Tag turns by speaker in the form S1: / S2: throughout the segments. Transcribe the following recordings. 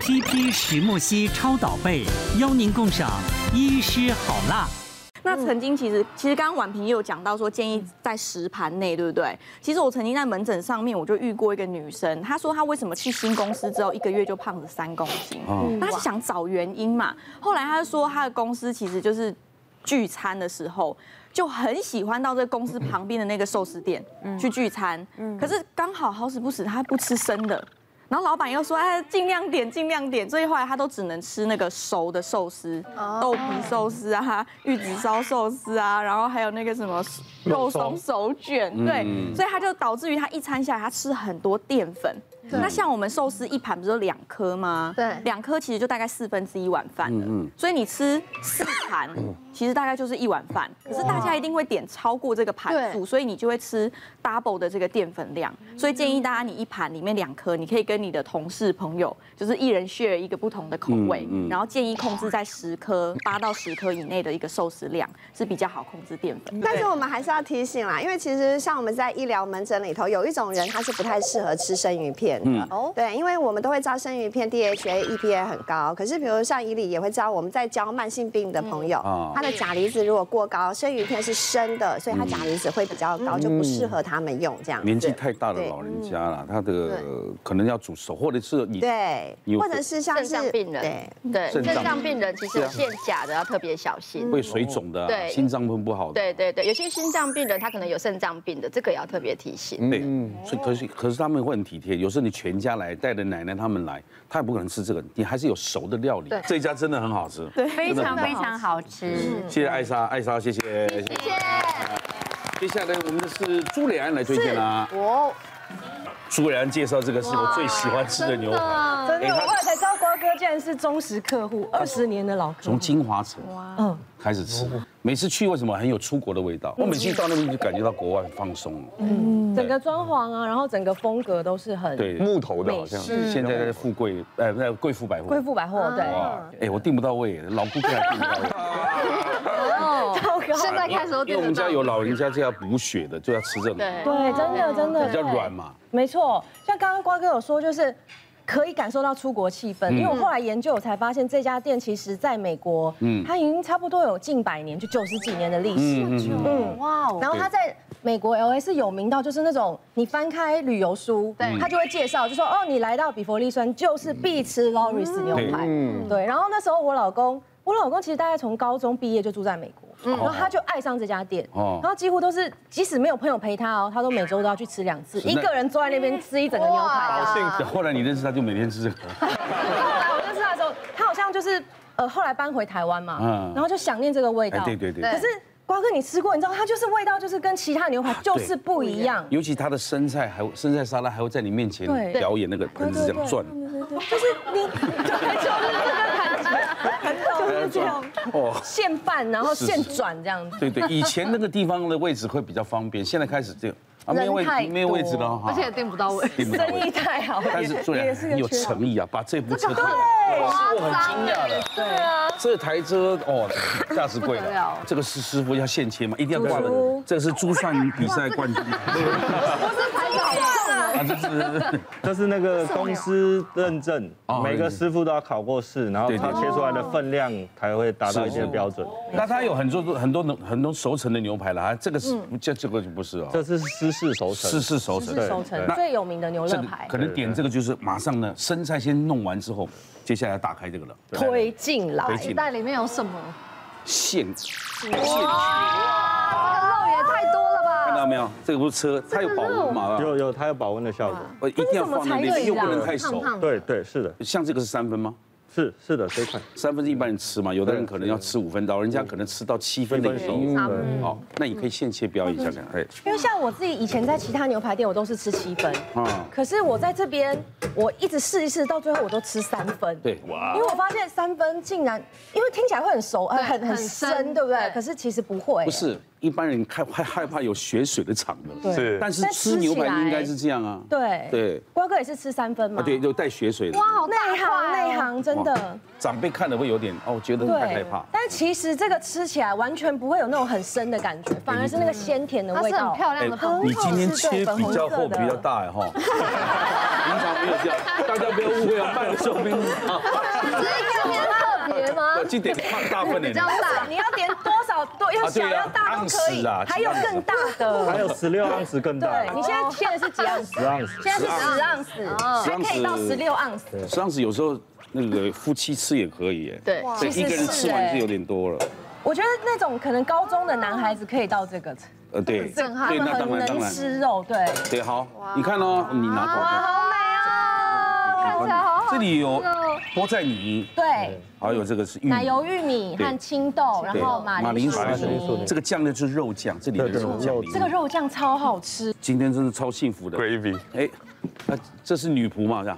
S1: CP 石墨烯超导被，邀您共赏医师好辣。
S2: 那曾经其实其实刚刚婉平也有讲到说建议在十盘内，对不对？其实我曾经在门诊上面我就遇过一个女生，她说她为什么去新公司之后一个月就胖了三公斤，她是想找原因嘛。后来她说她的公司其实就是聚餐的时候。就很喜欢到这公司旁边的那个寿司店去聚餐，可是刚好好死不死她不吃生的，然后老板又说，哎，尽量点，尽量点，所以后来他都只能吃那个熟的寿司，豆皮寿司啊，玉子烧寿司啊，然后还有那个什么肉松手卷，对，所以他就导致于他一餐下来，他吃很多淀粉。那像我们寿司一盘不是有两颗吗？
S3: 对
S2: 两颗其实就大概四分之一碗饭了。所以你吃四盘，其实大概就是一碗饭。可是大家一定会点超过这个盘数，
S3: 对
S2: 所以你就会吃 double 的这个淀粉量。所以建议大家，你一盘里面两颗，你可以跟你的同事朋友，就是一人 share 一个不同的口味，
S4: 嗯嗯
S2: 然后建议控制在十颗八到十颗以内的一个寿司量是比较好控制淀粉。
S3: 但是我们还是要提醒啦，因为其实像我们在医疗门诊里头，有一种人他是不太适合吃生鱼片
S4: 嗯
S3: 的。哦、对，因为我们都会知道生鱼片 DHA、EPA E 很高，可是比如像伊里也会教我们在教慢性病的
S5: 嗯
S3: 朋友，
S4: 啊
S3: 他的钾离子如果过高，生鱼片是生的，所以它钾离子会比较高，就不适合他们用这样子。
S4: 嗯年纪太大的老人家了，他的可能要煮熟，或者是你
S3: 对
S4: 有，
S3: 或者是像
S5: 肾
S3: 是
S5: 脏病人，
S3: 对。
S5: 对，
S4: 肾
S5: 肾
S4: 脏
S5: 脏病人其实
S4: 对
S5: 有
S4: 啊
S5: 限钾的要特别小心。
S4: 会水肿的啊，
S5: 对
S4: 心脏会不好的。
S5: 对对对，有些心脏病人他可能有肾脏病的，这个也要特别提醒。
S4: 对，所以可是可是他们会很体贴，有时候你全家来，带着奶奶他们来，他也不可能吃这个，你还是有熟的料理。这一家真的很好吃，对，
S6: 非常非常好吃。
S4: 谢谢艾莎，艾莎谢谢，谢谢。接下来我们的是朱蕾安来推荐啦。哦，朱蕾安介绍这个是我最喜欢吃的牛排，
S7: 真的，
S4: 哎
S7: 我
S4: 他
S7: 后来才知道瓜哥竟然是忠实客户，二十年的老客
S4: 从
S7: 户。
S4: 金华城嗯开始吃，
S8: 哦
S4: 每次去为什么很有出国的味道？
S5: 嗯
S4: 我每次到那边就感觉到国外放松了。
S7: 整个装潢啊，然后整个风格都是很
S4: 对，
S8: 木头的，好像
S4: 现在在富贵，呃，在贵妇百货。
S7: 贵妇百货，对，
S4: 哇，哎，我订不到位，老顾客还订不到位。
S5: 哦现在开始都
S4: 因为我们家有老人家就要补血的，就要吃这种
S5: 对
S7: 对，真的真的
S4: 比较软嘛。
S7: 没错，像刚刚瓜哥有说，就是可以感受到出国气
S4: 嗯
S7: 氛，因为我后来研究，我才发现这家店其实在美国，嗯，它已经差不多有近百年，就九十几年的历史，嗯，哇哦。然后它在美国 L A 是有名到，就是那种你翻开旅游书，对，它就会介绍，就说哦，你来到比佛利山就是必吃
S4: 嗯
S7: Loris 牛排，对。然后那时候我老公。我老公其实大概从高中毕业就住在美国，然后他就爱上这家店，
S4: 哦
S7: 然后几乎都是即使没有朋友陪他哦，他都每周都要去吃两次，一
S4: 那
S7: 个人坐在那边吃一整个牛排啊。
S4: 后来你认识他，就每天吃这个。
S7: 后来我认识他的时候，他好像就是呃后来搬回台湾嘛
S4: 嗯，
S7: 然后就想念这个味
S4: 哎
S7: 道。
S4: 对对对
S7: 可是瓜哥你吃过，你知道它就是味道就是跟其他牛
S4: 啊
S7: 排就是不一样。
S4: 尤其他的生菜还会生菜沙拉还会在你面前
S7: 对
S4: 表演那个盆子这样转，
S7: 就是你，就是这个感觉，很懂，就是这样，
S4: 哦，
S7: 现拌然后
S4: 是
S7: 现转这样子。
S4: 对对，以前那个地方的位置会比较方便，现在开始这样啊没有位
S7: 人太多
S4: 没有位置了哈，而且
S5: 订不到位。
S4: 订不到
S7: 生
S4: 位
S7: 意。太好了，
S4: 但是虽然很有诚意啊，把这部车推来，我很惊
S8: 欸
S4: 讶的。对啊，这台车哦，价值贵了。这个是师傅要现切吗？一定要挂的
S7: 猪。
S4: 这个是珠算比赛冠军， 啊，这是
S9: 这是那 个公司认证
S4: 哦，
S9: 每个师傅都要考过试，然后
S4: 对对
S9: 他
S4: 对
S9: 切出来的分量才会达到一
S4: 是
S9: 些
S4: 是
S9: 标准。
S4: 那它有很多很多很多熟成的牛排了啊，这个是
S7: 嗯
S4: 这这个就不是哦，
S9: 这是湿式熟成，
S4: 是是熟成
S7: 是。熟成
S4: 那
S7: 最有名的牛
S4: 这
S7: 肋
S4: 个
S7: 排，
S4: 可能点这个就是马上呢，生菜先弄完之后，接下来打开这个了，
S7: 推啊进来
S4: 回。进
S5: 袋里面有什么？
S4: 现
S5: 肉也太多了吧？
S4: 看到没有？这个不是车，它有保温嘛？
S9: 有有它有保温的效果。
S4: 呃，一定要放在那边，又不能太熟。
S7: 嗯
S9: 对对是的，
S4: 像这个是三分吗？
S9: 是是的这款。
S4: 三分是一般人吃嘛，有的人可能要吃五分，老人家可能吃到七分的时候
S9: 嗯，
S4: 好，那你可以现切表演一
S7: 嗯
S4: 下看，哎，
S7: 因为像我自己以前在其他牛排店，我都是吃七分，
S4: 啊，
S7: 可是我在这边，我一直试一试，到最后我都吃三分。
S4: 对，哇，
S7: 因为我发现三分竟然，因为听起来会很熟，呃很很深，对不对？可是其实不会。
S4: 不是，一般人害害害怕有血水的场
S7: 对
S4: 的，
S8: 是
S4: 但是
S7: 但吃
S4: 吃牛
S7: 起
S4: 排
S7: 来
S4: 应该是这样啊。
S7: 对
S4: 对
S7: 瓜哥也是吃三分嘛，
S4: 啊，对，有带血水的。哇，
S5: 好
S7: 内行内行真的
S4: 哇。长辈看了会有点哦，觉得
S7: 对，
S4: 太害怕。
S7: 但其实这个吃起来完全不会有那种很深的感觉，
S4: 哎
S7: 反而是那个鲜甜的
S8: 它
S7: 味
S8: 是很
S7: 道。
S8: 漂亮的粉红
S4: 你今天切比较
S7: 粉红色
S4: 厚，比
S7: 的
S4: 较大哎哈。 平常没有这样，大家不要误会啊，卖的时候没有 啊。
S8: 只是今天特别吗？
S4: 我今天胖大份
S8: 比
S4: 点
S8: 较。大，
S7: 啊你要点多少都要
S4: 啊对
S7: 小
S4: 啊
S7: 要大都可以
S4: 盎司啊，
S7: 还有更大的。
S9: 还有十六盎司更大
S7: 对，，你现在切的是几盎司？
S9: 十盎司。
S7: 现在是
S4: 啊
S7: 十盎司，还可以到十六盎司。
S4: 上次有时候那个夫妻吃也可以哎。
S5: 对，
S4: 对，一个人吃完是有点多了。
S7: 我觉得那种可能高中的男孩子可以到这个，
S4: 呃，对，
S5: 震撼
S4: 对，
S7: 他
S4: 那
S7: 们
S4: 当
S7: 很
S4: 然当
S7: 能
S4: 然，
S7: 吃肉，对。
S4: 对，好，你看哦，你拿走吧。
S8: 好美哦，看起来好好吃哦。
S4: 这里有菠菜泥，
S7: 对，
S4: 还啊有这个是玉米
S7: 奶油玉米和青豆，然
S4: 对
S7: 后马铃薯
S9: 马铃
S7: 泥
S9: 薯，泥
S4: 这个酱呢就是肉酱，这里的
S9: 对
S4: 肉
S9: 对
S4: 酱
S9: 肉
S4: 里面。
S7: 这个肉酱超好吃。
S4: 今天真是超幸福的。
S8: gravy，
S4: 哎，那这是女仆 嘛？这样。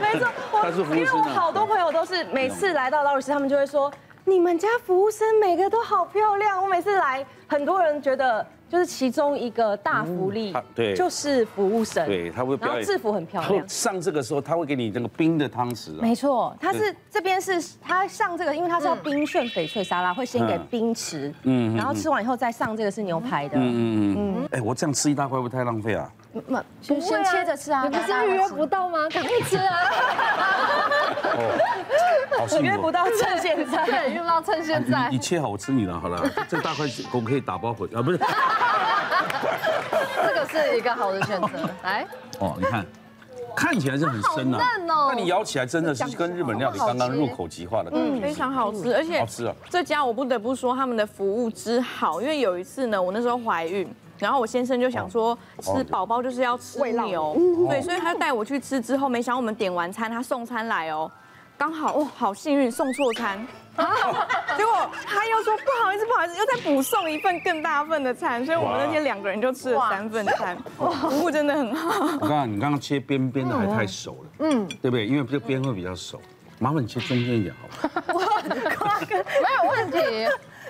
S7: 没错，我
S4: 他是服务生啊
S7: 因为我好多朋友都是每次来到劳尔斯，他们就会说，你们家服务生每个都好漂亮。我每次来，很多人觉得就是其中一个大福利
S4: 嗯他，对
S7: 就是服务生，
S4: 对，他会
S7: 然
S4: 表
S7: 后
S4: 演。
S7: 制服很漂
S4: 他
S7: 亮
S4: 会。上这个时候，他会给你那个冰的汤匙啊。
S7: 没错，它是这边是它上这个，因为它是要冰炫翡翠沙拉，会先给冰池，嗯，然后吃完以后再上这个是牛排的，
S4: 嗯嗯。哎，我这样吃一大块会不会太浪费啊？
S6: 就先切着吃啊，
S8: 你不是预约不到吗？赶快吃啊！
S4: 好幸
S7: 约
S4: 福
S7: 不
S4: 哦。啊
S7: 到趁现 在。
S8: 对，用到趁现在
S4: 哎你。切好，我吃你的，好了。这大块我可以打包回啊， 不是？
S5: 这个是一个好的选 择。来，
S4: 哦，你看，看起来是很深啊
S8: 好嫩哦
S4: 但你咬起来真的是跟日本料理刚刚入口即化的感觉。
S7: 嗯
S2: 非常好吃，而且
S4: 嗯好吃啊
S2: 这家我不得不说他们的服务之好，因为有一次呢，我那时候怀孕。然后我先生就
S4: 哦
S2: 想说，吃宝宝就是要吃牛，对，所以他就带我去吃。之后没想到我们点完餐，他送餐来哦，刚好哦，好幸运送错餐，结果他又说不好意思，不好意思，又再补送一份更大份的餐，所以我们那天两个人就吃了三份餐，服务真的很好。
S4: 我刚刚你刚刚切边边的还太熟了，嗯，对不对？因为这边会比较熟。麻烦你切中间一点好 不好？
S8: 没有问题，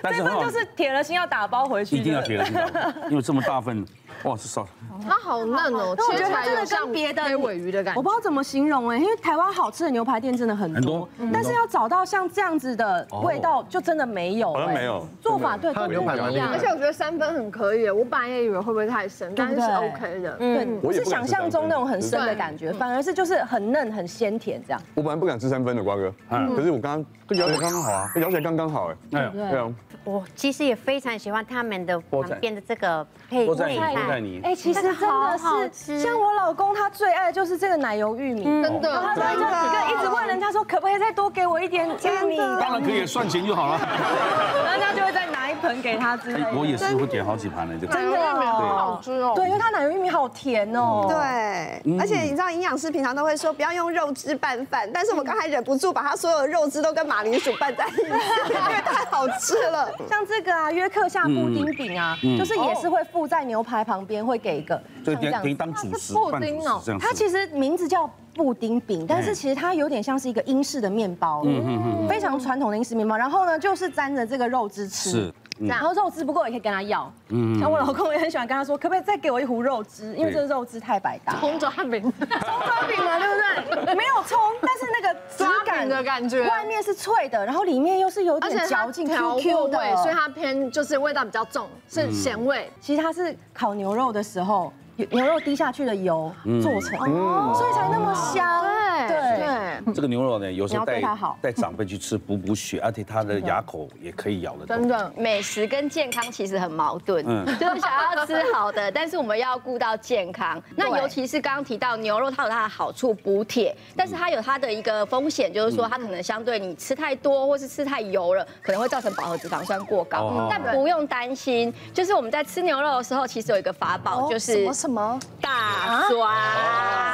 S4: 但
S7: 这份就是铁了心要打包回去，
S4: 哦一定要铁了心打，因为这么大份，哇，这少。
S8: 它好嫩哦，切起来有像别的尾鱼的感
S7: 我
S8: 觉。
S7: 不知道怎么形容哎，因为台湾好吃的牛排店真的很多，
S4: 很多
S7: 但是要找到像这样子的味道，就真的没有。
S9: 好像
S7: 哎
S9: 没有
S7: 做法，对，
S9: 它
S7: 都
S9: 的
S7: 不
S9: 牛排
S7: 一
S9: 蛮厉
S7: 样
S9: 害
S8: 而且我觉得三分很可以，我本来也以为会不会太深，但是是
S7: 对不对
S8: OK 的。嗯
S7: 对，
S10: 我也
S7: 是
S10: 不敢
S7: 想
S10: 吃
S7: 象中那种很深的
S8: 对
S7: 感觉，反而是就是很嫩、很鲜甜这样。
S10: 我本来不敢吃三分的瓜哥，
S9: 嗯
S10: 可是我刚刚这咬起来刚刚好啊，咬起来刚刚好哎，
S4: 哎，
S10: 对啊，
S6: 我其实也非常喜欢他们的旁边的这个配
S4: 菠菜泥，菠菜泥，
S7: 哎，其实真的是，像我老公他最爱的就是这个奶油玉米，
S8: 嗯真的，
S7: 他说就一直问人家说可不可以再多给我一点玉米，然
S4: 当然可以算钱就好了。
S7: 后人家就会再拿一盆给他之类
S4: 哎
S7: 的。
S4: 我也是会点好几盘的这个。
S7: 真的哦，对，因为它奶油玉米好甜哦。
S3: 对，而且你知道营养师平常都会说不要用肉汁拌饭，但是我刚才忍不住把它所有的肉汁都跟马铃薯拌在一起，因为太好吃了。
S7: 像这个啊，约克夏
S4: 嗯
S7: 布丁饼啊，就是也是会附在牛排旁边，会给一个
S4: 就
S7: 像这
S4: 点
S7: 样
S4: 可以
S7: 子。
S4: 当主食
S8: 它是布
S4: 拌主
S8: 丁
S4: 食
S8: 哦
S4: 这样吃。
S7: 它其实名字叫布丁饼，但
S4: 嗯
S7: 是其实它有点像是一个英式的面包，非常传统的英式面包。然后呢，就是沾着这个肉汁吃
S4: 是。嗯
S7: 然后肉汁不够也可以跟他要，像我老公也很喜欢跟他说，可不可以再给我一壶肉汁，因为这个肉汁太百搭，
S8: 红抓 饼，
S7: 葱抓饼嘛，对不对？没有葱，但是那个质
S8: 抓
S7: 感
S8: 饼的感觉
S7: 外面是脆的，然后里面又是有
S8: 而且它
S7: 点嚼劲
S8: 调
S7: QQ
S8: 过
S7: 的
S8: 味，，所以它偏就是味道比较重，是咸味。
S7: 其实它是烤牛肉的时候，牛牛肉滴下去的油做成，所以才那么香。对，
S8: 对，
S4: 这个牛肉呢，有时候
S7: 你要
S4: 带
S7: 对它好
S4: 带长辈去吃补补 血，而且它的牙口也可以咬得
S8: 真。
S4: 动
S8: 的。
S5: 美食跟健康其实很矛盾，
S4: 嗯
S5: 就是想要吃好的，但是我们要顾到健康。那
S7: 对
S5: 尤其是刚刚提到牛肉，它有它的好处补铁，但是它有它的一个风险，就是说它可能相对你吃太多或是吃太油了，可能会造成饱和脂肪酸过高。
S4: 哦
S5: 但不用担心，就是我们在吃牛肉的时候，其实有一个法
S7: 哦
S5: 宝，就是
S3: 什么？
S5: 大蒜。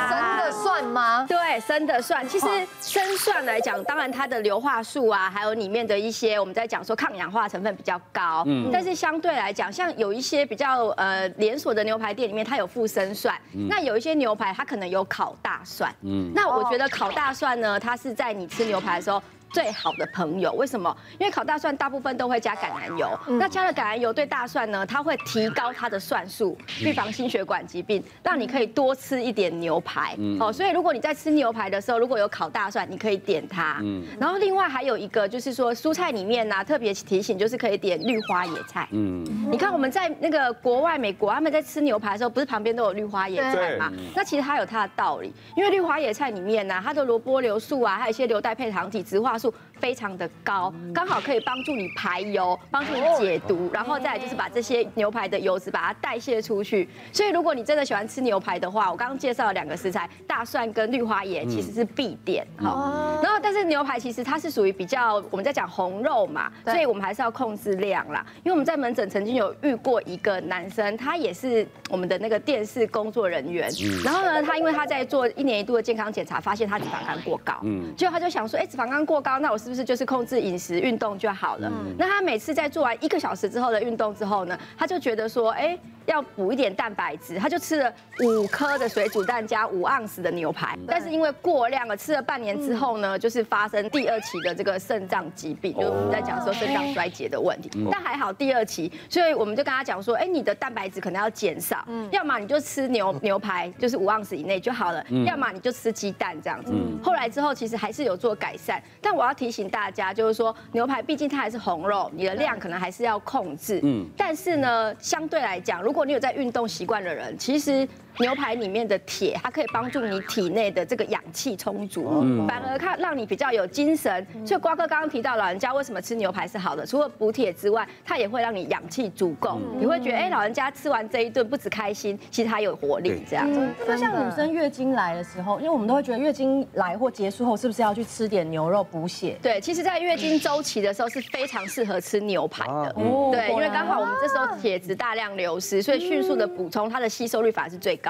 S8: 真的算吗？
S5: 对，生的蒜，其实生蒜来讲，当然它的硫化素啊，还有里面的一些我们在讲说抗氧化成分比较高，但是相对来讲，像有一些比较呃连锁的牛排店里面，它有附生蒜，那有一些牛排它可能有烤大蒜，那我觉得烤大蒜呢，它是在你吃牛排的时候。最好的朋友。为什么？因为烤大蒜大部分都会加橄榄油，那加了橄榄油对大蒜呢，它会提高它的蒜数，预防心血管疾病，让你可以多吃一点牛排。哦，所以如果你在吃牛排的时候，如果有烤大蒜，你可以点它。嗯，然后另外还有一个就是说蔬菜里面呢、啊特别提醒就是可以点绿花野菜。
S4: 嗯，
S5: 你看我们在那个国外美国，他们在吃牛排的时候，不是旁边都有绿花野菜嘛
S4: 对？
S5: 那其实它有它的道理，因为绿花野菜里面呢、它的萝卜硫素啊，还有一些硫代配糖体、植化素非常的高，刚好可以帮助你排油，帮助你解毒，然后再来就是把这些牛排的油脂把它代谢出去。所以如果你真的喜欢吃牛排的话，我刚刚介绍了两个食材，大蒜跟绿花椰其实是必点。好，然后但是牛排其实它是属于比较我们在讲红肉嘛，所以我们还是要控制量啦。因为我们在门诊曾经有遇过一个男生，他也是我们的那个电视工作人员，然后呢，他因为他在做一年一度的健康检查，发现他脂肪肝过高，
S4: 嗯
S5: 结果他就想说，哎，脂肪肝过高，那我是不是就是控制饮食、运动就好了？那他每次在做完一个小时之后的运动之后呢，他就觉得说，哎，要补一点蛋白质，他就吃了五颗的水煮蛋加五盎司的牛排，但是因为过量了，吃了半年之后呢，就是发生第二期的这个肾脏疾病，就是我们在讲说肾脏衰竭的问题
S4: 嗯。
S5: 但还好第二期，所以我们就跟他讲说，哎，你的蛋白质可能要减少，要么你就吃牛牛排，就是五盎司以内就好了，要么你就吃鸡蛋这样子。后来之后其实还是有做改善，但我要提醒大家，就是说牛排毕竟它还是红肉，你的量可能还是要控制。
S4: 嗯
S5: 嗯，但是呢，相对来讲，如果你有在运动习惯的人，其实牛排里面的铁，它可以帮助你体内的这个氧气充足，反而看让你比较有精神。所以瓜哥刚刚提到老人家为什么吃牛排是好的，除了补铁之外，它也会让你氧气足够，你会觉得哎、老人家吃完这一顿不止开心，其实他有活力这样。
S7: 就嗯像女生月经来的时候，因为我们都会觉得月经来或结束后是不是要去吃点牛肉补血？
S5: 对，其实，在月经周期的时候是非常适合吃牛排的，
S7: 哦
S5: 对，因
S7: 果
S5: 为
S7: 然
S5: 刚好我们这时候铁质大量流失，所以迅速的补充，它的吸收率反而是最高。